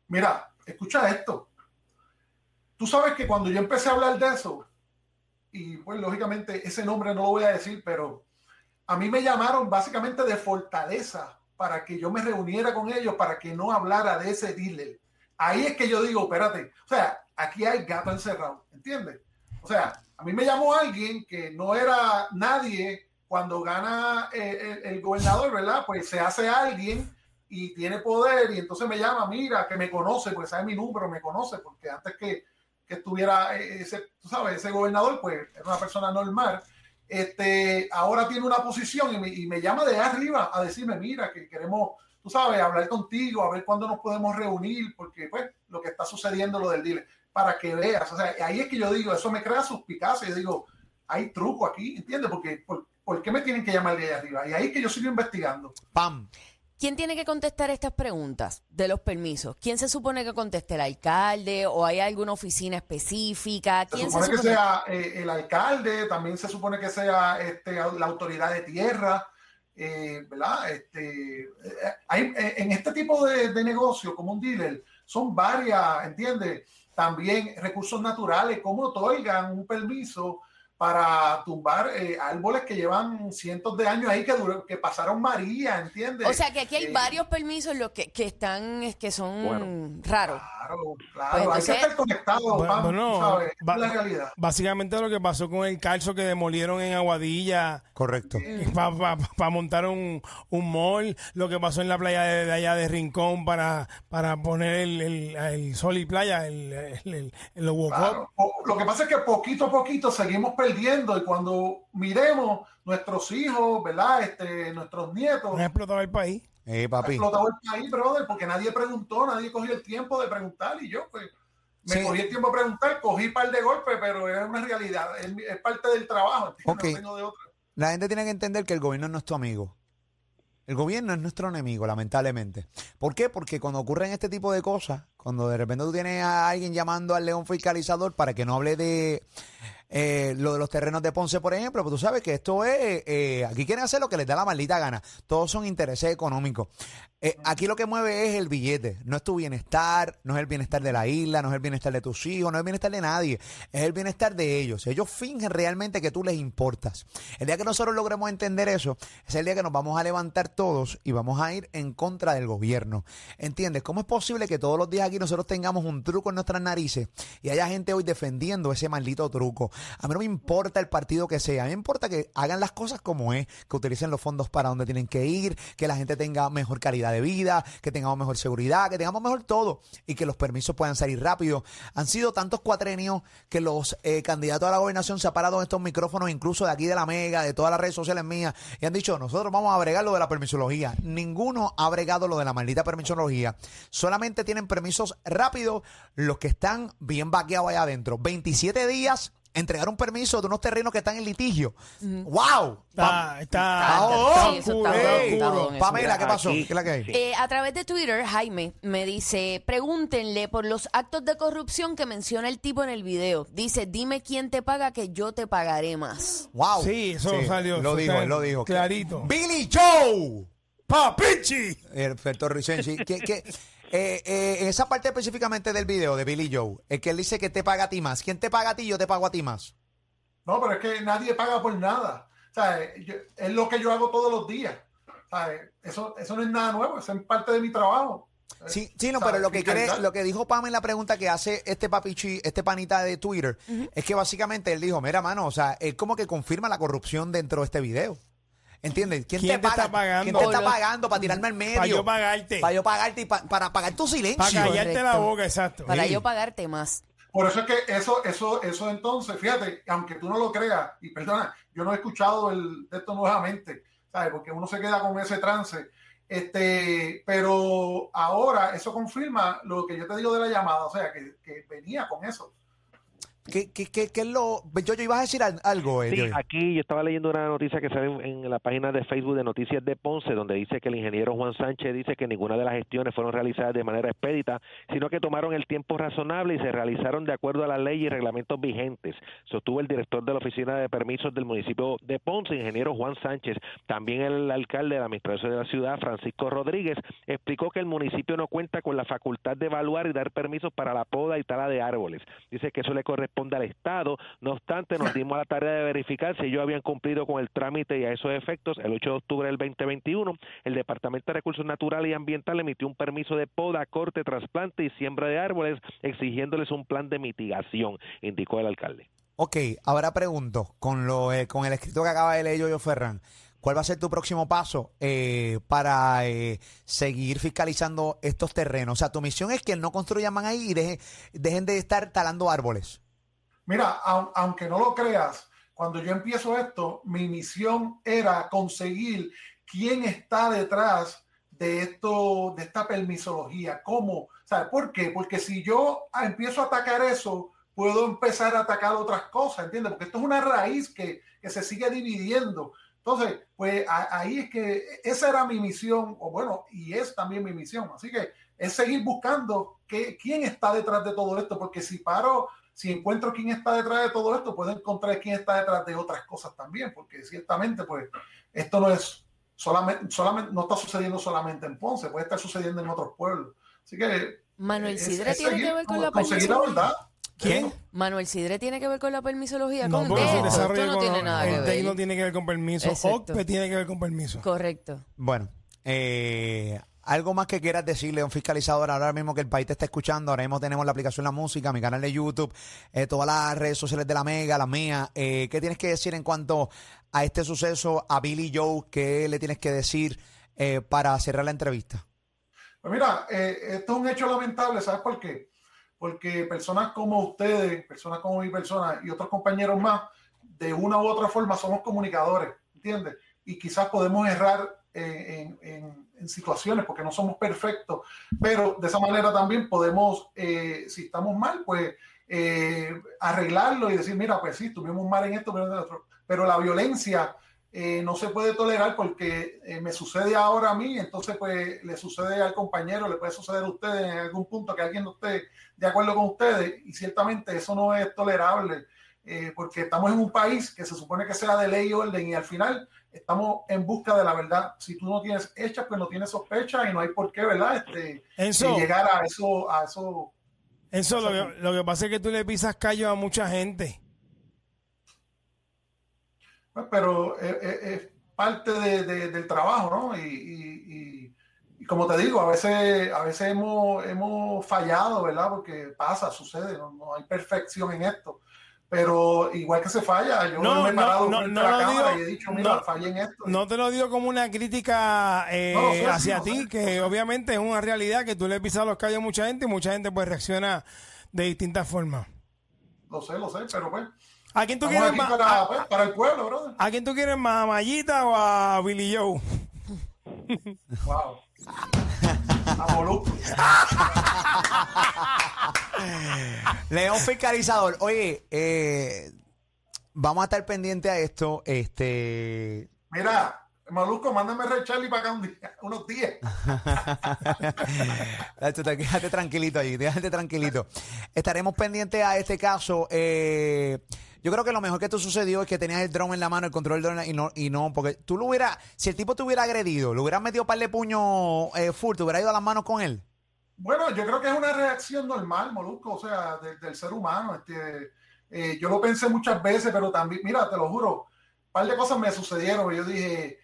Mira, escucha esto. Tú sabes que cuando yo empecé a hablar de eso, y pues lógicamente ese nombre no lo voy a decir, pero a mí me llamaron básicamente de Fortaleza para que yo me reuniera con ellos, para que no hablara de ese dealer. Ahí es que yo digo, espérate, o sea, aquí hay gato encerrado, ¿entiendes? O sea, a mí me llamó alguien que no era nadie cuando gana eh, el, el gobernador, ¿verdad? Pues se hace alguien y tiene poder y entonces me llama, mira, que me conoce, pues sabe mi número, me conoce, porque antes que, que estuviera eh, ese, tú sabes, ese gobernador, pues era una persona normal. Este, ahora tiene una posición y me, y me llama de arriba a decirme, mira, que queremos, tú sabes, hablar contigo, a ver cuándo nos podemos reunir, porque pues lo que está sucediendo, lo del dealer, para que veas, o sea, ahí es que yo digo, eso me crea suspicacia, yo digo, hay truco aquí, ¿entiendes? Porque, ¿por, ¿por qué me tienen que llamar de ahí arriba? Y ahí es que yo sigo investigando. Pam. ¿Quién tiene que contestar estas preguntas de los permisos? ¿Quién se supone que conteste? ¿El alcalde? ¿O hay alguna oficina específica? Se ¿Quién supone que supone- sea eh, el alcalde, también se supone que sea este, la autoridad de tierra, eh, ¿verdad? Este, eh, hay- eh, en este tipo de, de negocio, como un dealer, son varias, ¿entiendes? También recursos naturales, cómo otorgan un permiso para tumbar eh, árboles que llevan cientos de años ahí que, duró- que pasaron María, ¿entiendes? O sea, que aquí hay Eh, varios permisos los que, que están, que son Bueno. raros. Claro, Pues claro, entonces- hay que estar conectado, Bueno, Pam, bueno, ¿sabes? Esa ba- es la realidad. Básicamente lo que pasó con el calzo que demolieron en Aguadilla Correcto. para montar un, un mall, lo que pasó en la playa de, de allá de Rincón para, para poner el, el- el sol y playa, el, el, el- el walk-up. Claro. Po- Lo que pasa es que poquito a poquito seguimos perdiendo y cuando miremos nuestros hijos, ¿verdad? Este, nuestros nietos, No ha explotado el país. Eh, ha papi. explotado el país, brother, porque nadie preguntó, nadie cogió el tiempo de preguntar y yo, pues, Me Sí. cogí el tiempo a preguntar, cogí un par de golpes, pero es una realidad, es, mi- es parte del trabajo, ¿entiendes? Ok. no tengo de otra. La gente tiene que entender que el gobierno no es tu amigo. El gobierno es nuestro enemigo, lamentablemente. ¿Por qué? Porque cuando ocurren este tipo de cosas, cuando de repente tú tienes a alguien llamando al león fiscalizador para que no hable de eh, lo de los terrenos de Ponce, por ejemplo, pues tú sabes que esto es, eh, aquí quieren hacer lo que les da la maldita gana. Todos son intereses económicos. Eh, aquí lo que mueve es el billete, no es tu bienestar, no es el bienestar de la isla, no es el bienestar de tus hijos, no es el bienestar de nadie, es el bienestar de ellos. Ellos fingen realmente que tú les importas. El día que nosotros logremos entender eso, es el día que nos vamos a levantar todos y vamos a ir en contra del gobierno. ¿Entiendes? ¿Cómo es posible que todos los días aquí nosotros tengamos un truco en nuestras narices y haya gente hoy defendiendo ese maldito truco? A mí no me importa el partido que sea, a mí me importa que hagan las cosas como es, que utilicen los fondos para donde tienen que ir, que la gente tenga mejor calidad de vida, que tengamos mejor seguridad, que tengamos mejor todo y que los permisos puedan salir rápido. Han sido tantos cuatrenios que los eh, candidatos a la gobernación se han parado en estos micrófonos, incluso de aquí de la Mega, de todas las redes sociales mías, y han dicho, nosotros vamos a bregar lo de la permisología. Ninguno ha bregado lo de la maldita permisología. Solamente tienen permisos rápidos los que están bien vaqueados allá adentro. 27 días entregar un permiso de unos terrenos que están en litigio. ¡Wow! Pa- Está, está, Ah, oh, está sí, eso oscuro, está está ey, oscuro. dado, dado en eso. Pamela, ¿qué pasó? Aquí, ¿Qué es la que hay? sí. Eh, a través de Twitter, Jaime me dice, pregúntenle por los actos de corrupción que menciona el tipo en el video. Dice, dime quién te paga que yo te pagaré más. ¡Wow! Sí, eso salió. Lo eso dijo, está él lo dijo. Clarito. ¡Billy Joe! ¡Papichi! El puertorricense. que, que, eh, eh, en esa parte específicamente del video de Billy Joe, es que él dice que te paga a ti más. ¿Quién te paga a ti? Yo te pago a ti más. No, pero es que nadie paga por nada. O sea, eh, yo- es lo que yo hago todos los días. O sea, eh, Eso, eso no es nada nuevo, eso es parte de mi trabajo. Sí, sí, no, ¿Sabes? pero lo que Sin quiere- calidad. lo que dijo Pam en la pregunta que hace este papichi, este panita de Twitter, es que básicamente él dijo, mira, mano, o sea, él como que confirma la corrupción dentro de este video. ¿Entiendes? ¿Quién, ¿Quién te paga? está pagando? ¿Quién te está Por lo- pagando para tirarme al medio? Para yo pagarte. Para yo pagarte y pa- para pagar tu silencio. Para callarte Correcto. la boca, exacto. Para Sí. yo pagarte más. Por eso es que eso, eso, eso entonces, fíjate, aunque tú no lo creas, y perdona, yo no he escuchado el, de esto nuevamente, ¿sabes? Porque uno se queda con ese trance. Este, pero ahora eso confirma lo que yo te digo de la llamada, o sea, que, que venía con eso. ¿Qué, qué, qué- qué es lo...? Yo, yo ibas a decir al- algo, eh, Sí, Yoyo. aquí yo estaba leyendo una noticia que sale en, en la página de Facebook de Noticias de Ponce, donde dice que el ingeniero Juan Sánchez dice que ninguna de las gestiones fueron realizadas de manera expedita, sino que tomaron el tiempo razonable y se realizaron de acuerdo a la ley y reglamentos vigentes. Sostuvo el director de la Oficina de Permisos del municipio de Ponce, ingeniero Juan Sánchez. También el alcalde de la Administración de la Ciudad, Francisco Rodríguez, explicó que el municipio no cuenta con la facultad de evaluar y dar permisos para la poda y tala de árboles. Dice que eso le corresponde al Estado. No obstante, nos dimos a la tarea de verificar si ellos habían cumplido con el trámite y a esos efectos, el 8 de octubre del 2021, el Departamento de Recursos Naturales y Ambientales emitió un permiso de poda, corte, trasplante y siembra de árboles, exigiéndoles un plan de mitigación, indicó el alcalde. Ok, ahora pregunto, con, lo, eh, con el escrito que acaba de leer Yoyo Ferran, ¿cuál va a ser tu próximo paso eh, para eh, seguir fiscalizando estos terrenos? O sea, tu misión es que no construyan más ahí y dejen, dejen de estar talando árboles. Mira, au- aunque no lo creas, cuando yo empiezo esto, mi misión era conseguir quién está detrás de esto, de esta permisología, cómo, ¿sabes por qué? Porque si yo ah, empiezo a atacar eso, puedo empezar a atacar otras cosas, ¿entiendes? Porque esto es una raíz que, que se sigue dividiendo. Entonces, pues a- ahí es que esa era mi misión, o bueno, y es también mi misión. Así que es seguir buscando qué- quién está detrás de todo esto, porque si paro si encuentro quién está detrás de todo esto, puedo encontrar quién está detrás de otras cosas también, porque ciertamente, pues, esto no es solamente, solamente no está sucediendo solamente en Ponce, puede estar sucediendo en otros pueblos. Así que Manuel es- Sidre es tiene seguir que ver con con- la conseguir la permisología. verdad. ¿Quién? Manuel Sidre tiene que ver con la permisología. No, con porque esto, el desarrollo esto no tiene económico- nada que el ver. TEC no tiene que ver con permiso. Exacto. OCPE tiene que ver con permiso. Correcto. Bueno, eh, algo más que quieras decirle a un fiscalizador ahora mismo que el país te está escuchando. Ahora mismo tenemos la aplicación La Música, mi canal de YouTube, eh, todas las redes sociales de la Mega, la mía. Eh, ¿Qué tienes que decir en cuanto a este suceso, a Billy Joe? ¿Qué le tienes que decir eh, para cerrar la entrevista? Pues mira, eh, esto es un hecho lamentable, ¿sabes por qué? Porque personas como ustedes, personas como mi persona y otros compañeros más, de una u otra forma somos comunicadores, ¿entiendes? Y quizás podemos errar eh, en, en- en situaciones porque no somos perfectos, pero de esa manera también podemos, eh, si estamos mal, pues eh, arreglarlo y decir, mira, pues sí, estuvimos mal en esto, pero, en otro". pero la violencia eh, no se puede tolerar porque eh, me sucede ahora a mí, entonces pues le sucede al compañero, le puede suceder a ustedes en algún punto que alguien no esté de acuerdo con ustedes y ciertamente eso no es tolerable eh, porque estamos en un país que se supone que sea de ley y orden y al final estamos en busca de la verdad. Si tú no tienes hechas, pues no tienes sospechas y no hay por qué, ¿verdad? Este, Enzo. eh, llegar a eso, a eso. Eso lo que, lo que pasa es que tú le pisas callo a mucha gente. Pues, pero eh, eh, es parte de- de- del trabajo, ¿no? Y, y- y- y como te digo, a veces, a veces hemos, hemos fallado, ¿verdad? Porque pasa, sucede, no, no hay perfección en esto. Pero igual que se falla, yo No, me he no, parado no, frente no a lo la cámara digo, y he dicho, mira, no. fallé en esto. No te lo digo como una crítica eh, No, lo sé, hacia sí, lo ti, sé. que obviamente es una realidad que tú le pisas los callos a mucha gente y mucha gente pues reacciona de distintas formas. Lo sé, lo sé, pero pues. ¿A quién tú quieres estamos aquí más? Ah, para, a- pues, para el pueblo, brother. ¿A quién tú quieres más, a Mayita o a Billy Joe? Wow. A Molusco. León Fiscalizador, oye, eh, vamos a estar pendiente a esto. Este, Mira, Molusco, mándame Ray Charlie para acá un día, unos días. Nacho, Ah, te- quédate tranquilito allí, quédate tranquilito. Estaremos pendientes a este caso. eh, yo creo que lo mejor que esto sucedió es que tenías el dron en la mano, el control del dron en la- y no, y no, porque tú lo hubieras, si el tipo te hubiera agredido, le hubieras metido un par de puños eh, full, te hubieras ido a las manos con él. Bueno, yo creo que es una reacción normal, Molusco, o sea, de- del ser humano. Este, eh, yo lo pensé muchas veces, pero también, mira, te lo juro, un par de cosas me sucedieron. Yo dije,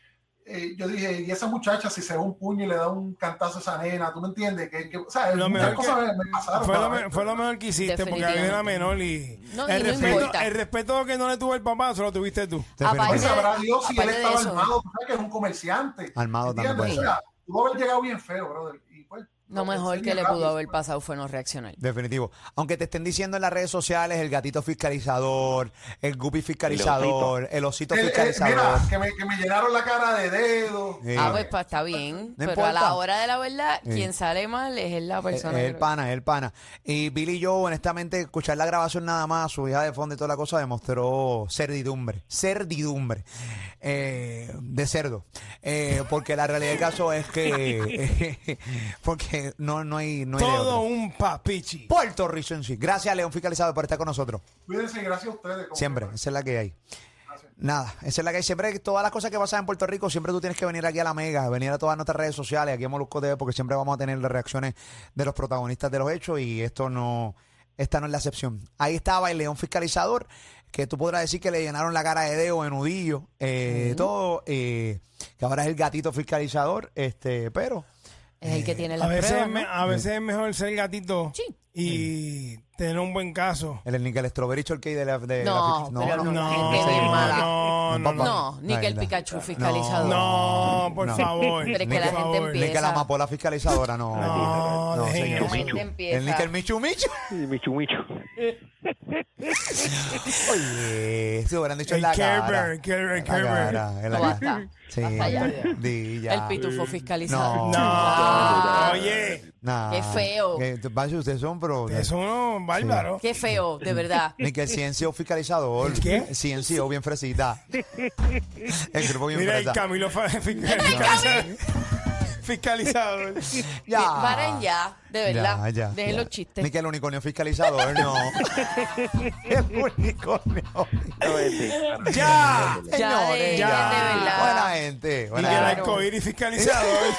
eh, yo dije, y esa muchacha si se da un puño y le da un cantazo a esa nena, ¿tú me entiendes? Que, que- o sea, Lo mejor muchas que- cosas me, me pasaron. Fue lo, ¿sabes? me- fue lo mejor que hiciste porque había una menor y, No, el, y no respeto, importa. el respeto que no le tuvo el papá se lo tuviste tú. Pues Ah, Aparte- sabrá Dios si él aparte de estaba eso. armado, tú sabes que es un comerciante. Armado también ¿entiendes? puede O sea, pudo haber llegado bien feo, brother. Y pues, Lo pensé mejor que bien le rápido. pudo haber pasado fue no reaccionar. Definitivo. Aunque te estén diciendo en las redes sociales el gatito fiscalizador, el guppy fiscalizador, el osito, Eh, eh, fiscalizador. mira, que me, que me llenaron la cara de dedos. Sí. Ah, pues pa, está bien. pero importa. a la hora de la verdad, Sí. quien sale mal es la persona. Es que el lo- pana, es el pana. Y Billy Joe, honestamente, escuchar la grabación nada más, su hija de fondo y toda la cosa, demostró cerdidumbre. Cerdidumbre. eh, de cerdo. Eh, porque la realidad del caso es que. porque no, no hay. No hay de Todo otra. un papichi. Puerto Rico en sí. Gracias, León Fiscalizado, por estar con nosotros. Cuídense, y gracias a ustedes. como Siempre, siempre. esa es la que hay. Nada, esa es la que hay. Siempre, que todas las cosas que pasan en Puerto Rico, siempre tú tienes que venir aquí a la Mega, venir a todas nuestras redes sociales, aquí a Molusco TV, porque siempre vamos a tener las reacciones de los protagonistas de los hechos y esto no, esta no es la excepción. Ahí estaba el león fiscalizador, que tú podrás decir que le llenaron la cara de dedo, enudillo, eh, todo, eh, que ahora es el gatito fiscalizador, este, pero Es el que tiene la A veces, prueba. es me- a veces es mejor ser gatito Sí. y tener un buen caso. el, el, el Strawberry Shortcake de la... de la No, fic- pero no, No, es que bien no, mala. no, no, papá. No, ni Ay, que el no. Pikachu fiscalizador. No, por No. favor. Pero es por que la favor. gente empieza. Ni que la amapola fiscalizadora, no. No, dejen señor. eso. La gente empieza. El níquel Michu Michu. Michu Michu. Oye, eso hubieran dicho en El la Care cara. Bear, Care Bear, En la Care Bear. cara, en la No, cara. basta. Sí, Basta ya. di ya. El pitufo No. fiscalizador. No, oye. Nah. Qué feo. Que- vaya, ustedes son, pero... Es uno bárbaro. Qué feo, de verdad. Ni que el ciencio fiscalizador. ¿Qué? Ciencio, bien fresita. El grupo bien Mira el fresita. Camilo fa- fiscalizador. fiscalizador. Ya. Paren ya, de verdad. Ya, ya, Dejen ya. los chistes. Ni que el unicornio fiscalizador, no. el unicornio. este, ¡Ya! Ya, Señores, de- ya, de verdad. Buena gente. Y Buena que el gente. arcoíris fiscalizador. ¿eh?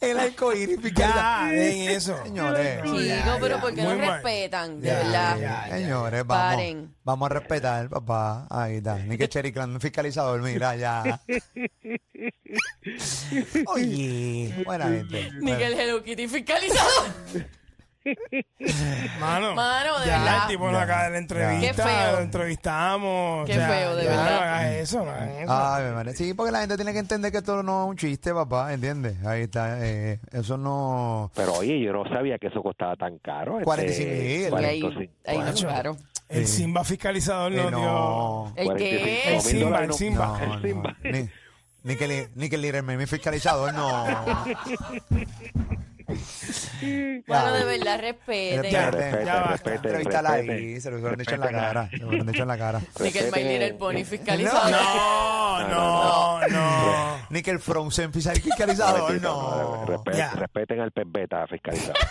El arcoíris ya, fiscalizador. dejen eso. Señores. Chico, pero ¿por qué Muy no mal. respetan? De Ya, verdad. ya, ya. Señores, vamos, Paren. vamos a respetar, papá. Ahí está. Ni que Cherry Clan fiscalizador, mira ya. Oye, buena gente. Ni que el Hello Kitty fiscalizador. Mano, Mano, de ya, verdad. el tipo no acaba de la entrevista, Qué feo. lo entrevistamos. Qué o sea, feo, de ya, verdad. No hagas eso, no hagas eso. Ay, mi madre. Sí, porque la gente tiene que entender que esto no es un chiste, papá, ¿entiendes? Ahí está. eh, eso no. Pero oye, yo no sabía que eso costaba tan caro. este, 45.000. Y 45 ahí, ahí no, claro. el Simba fiscalizador eh, no dio. no. ¿El qué? El Simba, el no, Simba. No, no. Simba. Ni- Ni que, li- ni que el líder me mi fiscalizador, no. Bueno, de Ya. verdad, respeten. Ya, Respeten, ya basta. respeten, Entrevistala ahí, respeten. se lo hubieran dicho en la Respeten. cara. Se lo hubieran dicho en la cara. Ni que el My Respeten. Little Pony fiscalizado. No, no, no. Ni que el Frozen fisa- fiscalizador, no. Respeten, Ya. respeten al pez beta fiscalizado.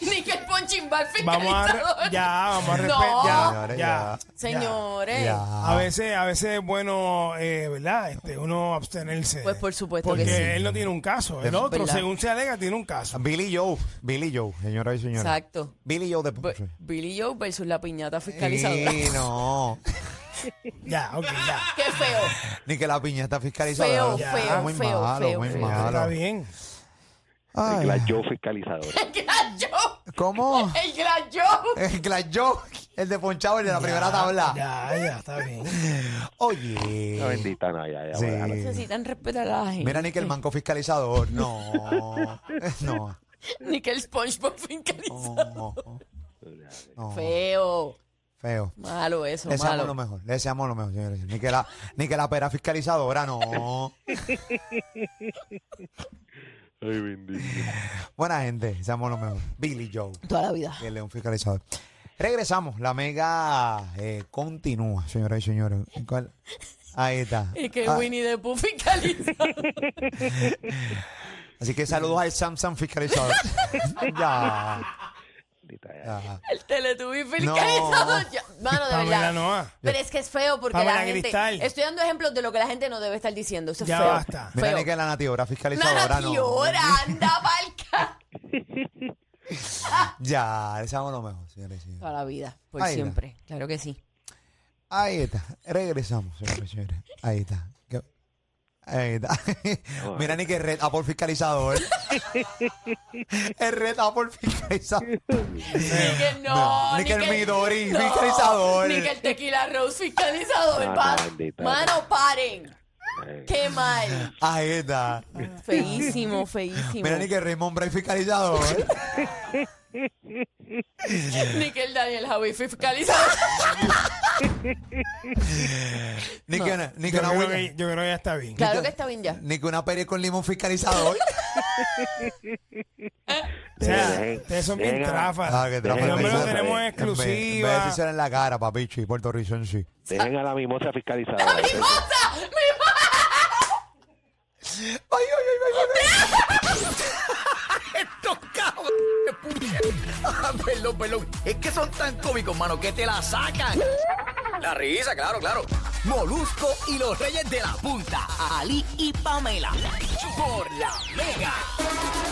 Ni que el punching bag Vamos a. fiscalizador. re- Ya, vamos a No. respetar. Ya, Señores, ya. Señores. A veces, a veces es bueno, eh, ¿verdad? Este, uno abstenerse. Pues por supuesto Porque que sí. él no tiene un caso. El Es otro, verdad. según se alega, tiene un caso. Billy Joe, Billy Joe, señoras y señores. Exacto. Billy Joe de B- Ponce. Billy Joe versus la piñata fiscalizadora. Sí, no. Ya, ok, ya. Qué feo. Ni que la piña está fiscalizadora. Feo, Ya, feo, muy feo, malo, feo, muy feo. Está malo. bien. Ay, El Glass Joe fiscalizador. El gran Joe. ¿Cómo? El gran Joe. El Glass Joe, el de Ponchado, el de la primera tabla. Ya, ya, está bien. Oye. La bendita, no, ya, ya. Sí. bueno, Necesitan respetar a la gente. Mira, ni que el manco fiscalizador. No. No. Ni que el SpongeBob fiscalizado. No. no. Feo. Feo. Malo eso, Le deseamos lo malo. mejor, le deseamos lo mejor, señores. Ni que la, ni que la pera fiscalizadora, no. Ay, bendito. Buena gente, deseamos lo mejor. Billy Joe. Toda la vida. El León Fiscalizador. Regresamos. La mega eh, continúa, señoras y señores. ¿Cuál? Ahí está. Y que Ah, Winnie the Pooh fiscalizado. así que saludos al Samsung Fiscalizador. ya, Bendita, ya. ya. El Teletubby fiscalizado. Ya, Mano, de Pamela verdad. Noa. Pero es que es feo porque Pamela la gente. Cristal. Estoy dando ejemplos de lo que la gente no debe estar diciendo. Eso es Ya feo. basta. Mira, Feo. ni que la natiora fiscalizadora Nada, no. llora, anda pa'l ca- Ya, deseamos lo mejor, señores y señores. Toda la vida, por Ahí está. siempre. Claro que sí. Ahí está. Regresamos, señores y señores. Ahí está. ¿Qué? Ahí está. Mira, ni que red Apple fiscalizador. el red Apple fiscalizador. Ni que no, No, ni que el Midori fiscalizador. Ni que el tequila rose fiscalizador. No, pa- no, bendita. Mano, paren. Ay. Qué mal. Ahí está. Feísimo, feísimo. Mira, ni que Raymond Bray fiscalizador. Ni que el Daniel Javi fiscalizador. Ni que una, ni que Yo una creo Wilma- que, yo creo que ya está bien. Claro que está bien ya. ni que una peri con limón fiscalizador. O sea, Dejen- ustedes son bien dejen a- trafas. Ah, que trapo El de hombre lo mimosa. tenemos en En vez- En exclusiva. vez de decírselo en la cara, papichi, y Puerto Rico en sí. Dejen a la mimosa fiscalizadora. ¡La mimosa! Ay, ay, ay, ay, ay. Estos cabros de puñeta. Ah, Perdón, perdón. Es que son tan cómicos, mano, que te la sacan. La risa, claro, claro. Molusco y los reyes de la punta. Ali y Pamela. Por la mega.